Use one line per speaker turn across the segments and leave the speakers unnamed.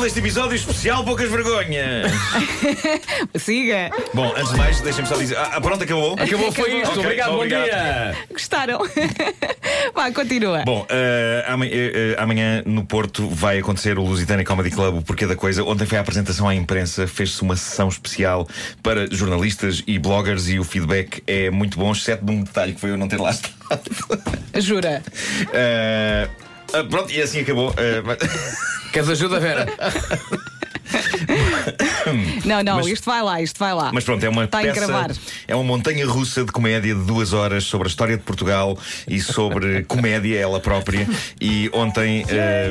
deste episódio especial Poucas Vergonhas.
Siga.
Bom, antes de mais, deixem-me só dizer. Ah, ah, pronto, acabou.
Acabou, foi
Acabou.
isto.
Ok,
obrigado, bom
obrigado.
dia.
Gostaram? Vá, continua.
Bom, eh, amanhã, eh, eh, amanhã no Porto vai acontecer o Lusitânia Comedy Club, o porquê da coisa. Ontem foi a apresentação à imprensa, fez-se uma sessão especial para jornalistas e bloggers e o feedback é muito bom, exceto de um detalhe que foi eu não ter lá estado.
Jura.
Eh, ah, pronto, e assim acabou. Eh, mas-
Queres ajuda, Vera?
Não, não,
Mas-
isto vai lá, isto vai lá.
Mas pronto, é uma
Está a encravar.
peça, é uma montanha russa de comédia de duas horas sobre a história de Portugal e sobre comédia ela própria. E ontem eh,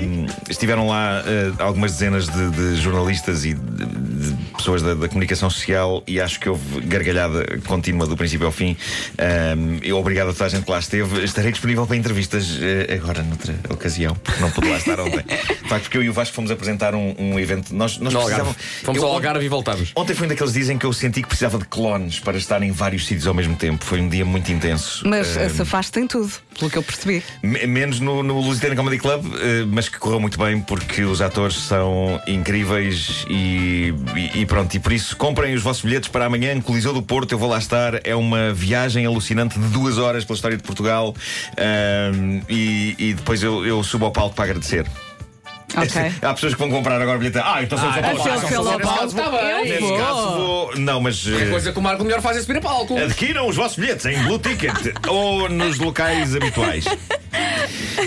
estiveram lá eh, algumas dezenas de, de jornalistas e de, de pessoas da, da comunicação social e acho que houve gargalhada contínua do princípio ao fim. Ahm, eu obrigado a toda a gente que lá esteve. Estarei disponível para entrevistas eh, agora noutra ocasião, porque não pude lá estar ontem. De facto, porque eu e o Vasco fomos apresentar um, um evento. Nós, nós
No Algarve.
precisávamos-
Fomos
eu-
ao Algarve e voltamos.
Ontem foi um daqueles dias em que eu senti que precisava de clones para estar em vários sítios ao mesmo tempo. Foi um dia muito intenso.
Mas
Eh,
se afasta em tudo, pelo que eu percebi.
me- menos no, no Lusitano Comedy Club, eh, mas que correu muito bem porque os atores são incríveis e, e- e pronto. E por isso, comprem os vossos bilhetes para amanhã. Coliseu do Porto, eu vou lá estar. É uma viagem alucinante de duas horas pela história de Portugal. Ahm, e, e depois eu, eu subo ao palco para agradecer.
Ok.
Há pessoas que vão comprar agora é o bilhete. Ah, então sou só para o
então
palco.
sou só para o palco.
Está bem.
Eu
Nesse
vou.
caso vou. Não, mas. eh,
Coisa que o Marco melhor faz é subir a palco.
Adquiram os vossos bilhetes em Blue Ticket ou nos locais habituais.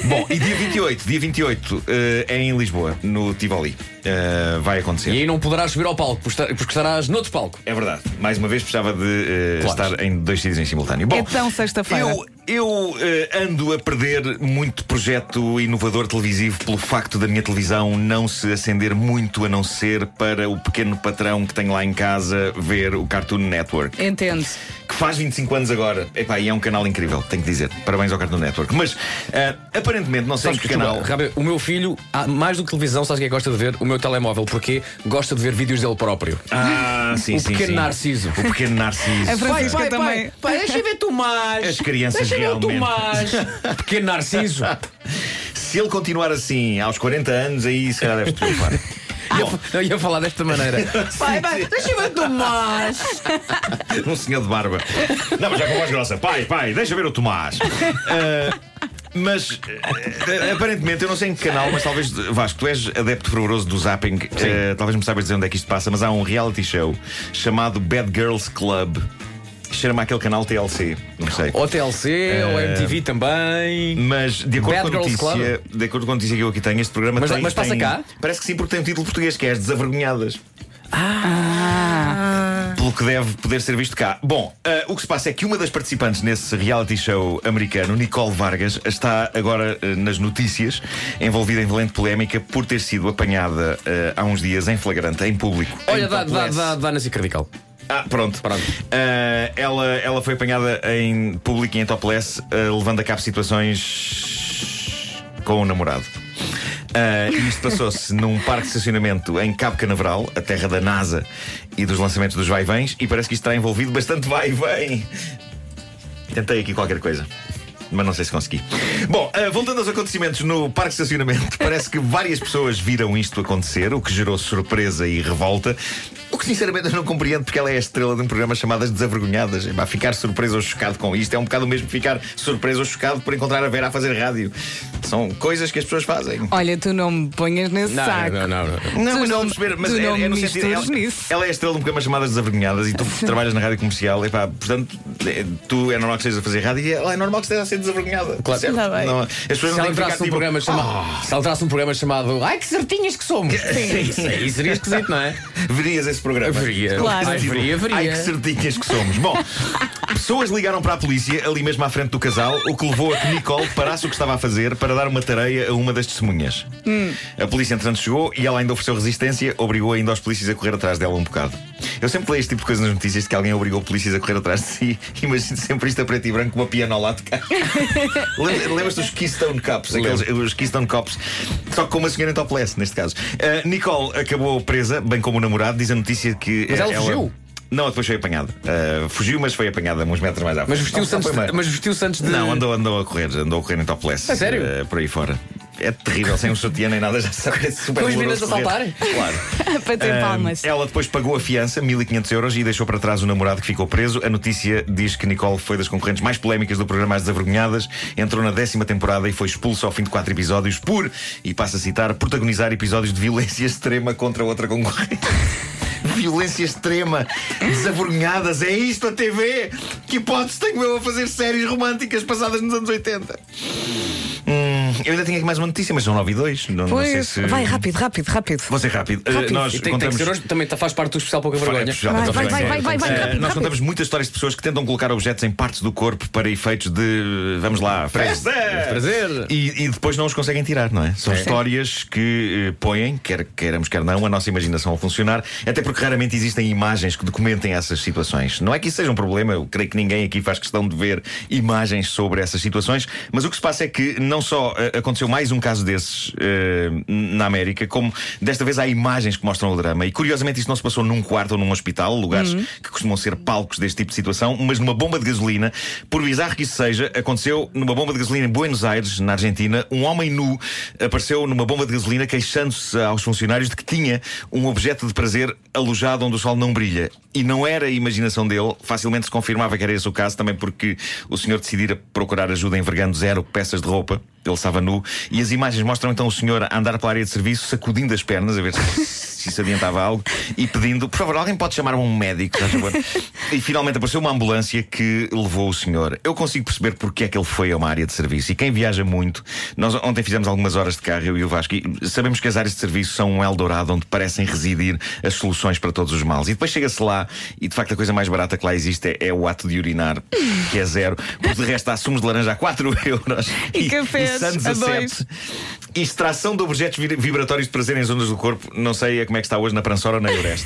Bom, e dia 28, dia 28 eh, é em Lisboa, no Tivoli. Eh, vai acontecer.
E aí não poderás subir ao palco, porque estar- porque estarás noutro palco.
É verdade. Mais uma vez precisava de eh,
Claro.
estar em dois sítios em simultâneo. Bom,
Então, sexta-feira.
Eu, eu, eh, ando a perder muito projeto inovador televisivo pelo facto da minha televisão não se acender muito, a não ser para o pequeno patrão que tenho lá em casa ver o Cartoon Network.
Entendo.
que faz 25 anos agora. Epá, e é um canal incrível, tenho que dizer. Parabéns ao Cartoon Network. Mas ah, aparentemente não sei em
Sabes
que
que tu, é
canal.
Rábio, o meu filho, ah, mais do que televisão, sabes o que é que gosta de ver? O meu telemóvel, porque gosta de ver vídeos dele próprio.
Ah, sim,
O
sim,
pequeno
sim.
Narciso. É
O pequeno Narciso.
A Francisca também.
deixa ver Tomás.
As crianças realmente.
Pequeno Narciso.
Se ele continuar assim aos 40 anos, aí se calhar deve triunfar.
Ah,
Bom,
Eu ia falar desta maneira. Pai, pai, deixa ver Tomás.
um senhor de barba. Não, mas já com voz grossa. Pai, pai, deixa ver o Tomás. Ah, mas ah, aparentemente, eu não sei em que canal, mas talvez Vasco, tu és adepto fervoroso do zapping, Ah, talvez me saibas dizer onde é que isto passa, mas há um reality show chamado Bad Girls Club. Chama aquele canal TLC, não sei.
Ou TLC, ou MTV também.
Mas de
Bad
acordo, com a
Girls
notícia, de acordo com a notícia que eu aqui tenho, este programa
Mas-
tem.
mas passa
tem-
cá? Ah.
Parece que sim, porque tem um título português que é As Desavergonhadas. Ah. Pelo que deve poder ser visto cá. Bom, ah, o que se passa é que uma das participantes nesse reality show americano, Nicole Vargas, está agora ah, nas notícias, envolvida em violenta polémica por ter sido apanhada ah, há uns dias em flagrante, em público.
Olha,
em
dá, dá,
topless.
dá, dá nesse credical.
Ah, pronto.
Pronto.
Ah, ela, ela foi apanhada em público e em topless, ah, levando a cabo situações com o namorado. Ah, e isto passou-se num parque de estacionamento em Cabo Canaveral, a terra da NASA e dos lançamentos dos vai-vens, e parece que isto está envolvido bastante vai e vem. Tentei aqui qualquer coisa. Mas não sei se consegui. Bom, ah, voltando aos acontecimentos no parque de estacionamento, parece que várias pessoas viram isto acontecer, o que gerou surpresa e revolta. O que sinceramente eu não compreendo, porque ela é a estrela de um programa chamado As Desavergonhadas. Epá, ficar surpreso ou chocado com isto é um bocado o mesmo que ficar surpreso ou chocado por encontrar a Vera a fazer rádio. São coisas que as pessoas fazem.
Olha, tu não me ponhas nesse saco.
não, não, não.
Não,
Tu
mas não,
não-
perceber, mas
tu
é,
não
é no
me
sentido. Ela,
mistures nisso.
ela é a estrela de um programa chamado As Desavergonhadas e tu trabalhas na rádio comercial, e pá, portanto, é, tu é normal que estejas a fazer rádio e ela é normal que esteja a ser desavergonhada.
Claro.
certo?
Tá bem.
Não, as pessoas
Se
não
ela
têm que ficar
entrasse num
tipo,
programa chamado. Se ela entrasse num programa chamado. Ai, que certinhas que somos! Sim, isso aí seria esquisito, não é?
Verias esse programa.
Veria.
Claro.
Ai,
Tipo,
veria, veria.
Ai, que certinhas que somos. Bom, pessoas ligaram para a polícia ali mesmo à frente do casal, o que levou a que Nicole parasse o que estava a fazer para dar uma tarefa a uma das testemunhas.
Hum.
A polícia, entretanto, chegou e ela ainda ofereceu resistência, obrigou ainda os polícias a correr atrás dela um bocado. Eu sempre leio este tipo de coisas nas notícias de que alguém obrigou polícias a correr atrás de si. Imagino sempre isto a preto e branco com uma pianola a tocar. Lembra- Lembras-te dos Keystone Cups? Aqueles, os Keystone Cups. Só que com uma senhora em topless, neste caso. Ah, Nicole acabou presa, bem como o namorado, diz a notícia que.
Mas
eh,
ela fugiu?
Não, depois foi apanhada. Ah, fugiu, mas foi apanhada uns metros mais à frente.
Mas vestiu-se
Não,
antes,
foi
de-
uma-
mas vestiu-se antes de.
Não, andou, andou a correr, andou a correr em topless.
A sério?
eh, por aí fora. é terrível, sem um sutiã nem nada, já sabe, é super
Com as
doloroso
minas a
correr. Claro.
Bater
Ahm,
palmas.
Ela depois pagou a fiança, 1500 euros, e deixou para trás o namorado que ficou preso. A notícia diz que Nicole foi das concorrentes mais polémicas do programa As Desavergonhadas, entrou na décima temporada e foi expulso ao fim de quatro episódios por, e passo a citar, protagonizar episódios de violência extrema contra outra concorrente. Violência extrema, desavergonhadas, é isto a TV? Que hipótese tenho eu a fazer séries românticas passadas nos anos 80? Hum, eu ainda tinha aqui mais uma notícia, mas são 9 e 2. Não, não sei
Pois,
se.
vai rápido, rápido, rápido.
Vou ser rápido. Eh,
Rápido.
nós
E tem, tem que
contamos...
ser hoje, também tá- faz parte do especial Pouca
Fa-
Vergonha.
é especial Pouca
Vai, vai,
Vergonha.
vai, vai, vai,
Eh,
rápido,
Nós
rápido.
contamos muitas histórias de pessoas que tentam colocar objetos em partes do corpo para efeitos de. Vamos lá, festa!
prazer.
E, e depois não os conseguem tirar, não é? São histórias que eh, põem, quer queiramos, quer não, a nossa imaginação a funcionar, até porque raramente existem imagens que documentem essas situações. Não é que isso seja um problema, eu creio que ninguém aqui faz questão de ver imagens sobre essas situações, mas o que se passa é que não só eh, aconteceu mais um caso desses eh, na América, como desta vez há imagens que mostram o drama. E curiosamente isto não se passou num quarto ou num hospital, lugares que costumam ser palcos deste tipo de situação, mas numa bomba de gasolina. Por bizarro que isso seja, aconteceu numa bomba de gasolina em Buenos Aires, na Argentina. Um homem nu apareceu numa bomba de gasolina queixando-se aos funcionários de que tinha um objeto de prazer alojado onde o sol não brilha. E não era a imaginação dele, facilmente se confirmava que era esse o caso, também porque o senhor decidira procurar ajuda envergando zero peças de roupa. Ele estava nu e as imagens mostram então o senhor a andar pela área de serviço, sacudindo as pernas, a ver se, se isso adiantava algo, e pedindo, por favor, alguém pode chamar um médico, faz favor. E finalmente apareceu uma ambulância que levou o senhor. Eu consigo perceber porque é que ele foi a uma área de serviço. E quem viaja muito, nós ontem fizemos algumas horas de carro, eu e o Vasco, e sabemos que as áreas de serviço são um Eldorado onde parecem residir as soluções para todos os males. E depois chega-se lá e de facto a coisa mais barata que lá existe é, é o ato de urinar, que é zero, porque de resto há sumos de laranja a 4 euros
E cafés
Santos
a
a
dois.
sete. Extração de objetos vi- vibratórios de prazer em zonas do corpo. Não sei é como é que está hoje na Prançora ou na Eureste.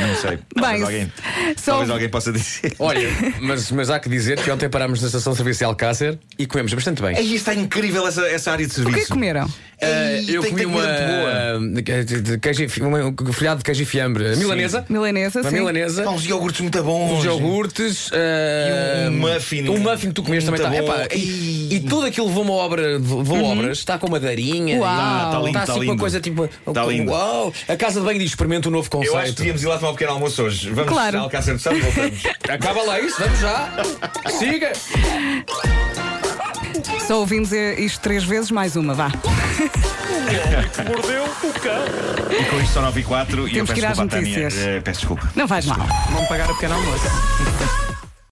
não sei. Talvez,
Bem,
alguém,
só-
talvez alguém possa dizer.
Olha, mas, mas há que dizer que ontem parámos na estação de serviço de Alcácer e comemos bastante bem.
Aí está incrível essa, essa área de
O
serviço.
que é que comeram?
Eh,
Ei,
eu
tem-
comi
tem
uma,
comida muito boa.
eh, de- de queijo e fi- uma- um folhado de queijo e fiambre milanesa.
Milanesa,
Uma
sim.
milanesa.
Há uns iogurtes muito bons.
Os iogurtes
E
eh,
um muffin.
Um muffin que tu comeste
Muito
também
bom.
está. e, e tudo aquilo levou uma obra, levou obras, está com madeirinha.
Uau.
Ah, tá lindo,
Está assim
tá
uma
lindo.
coisa tipo.
Tá lindo.
Uau! A casa de banho diz: experimenta um novo
Eu acho que
conceito.
devíamos ir lá tomar um pequeno almoço hoje. Vamos
Claro.
ao Alcácer de Sá e voltamos.
Acaba lá isso, vamos já. Siga!
Só ouvimos eh, isto três vezes, mais uma, vá.
e com isto são 9 e 4 e eu
Temos
peço
que ir às
desculpa à Tânia.
notícias.
Eh, peço desculpa.
Não faz mal.
Vão pagar o pequeno almoço.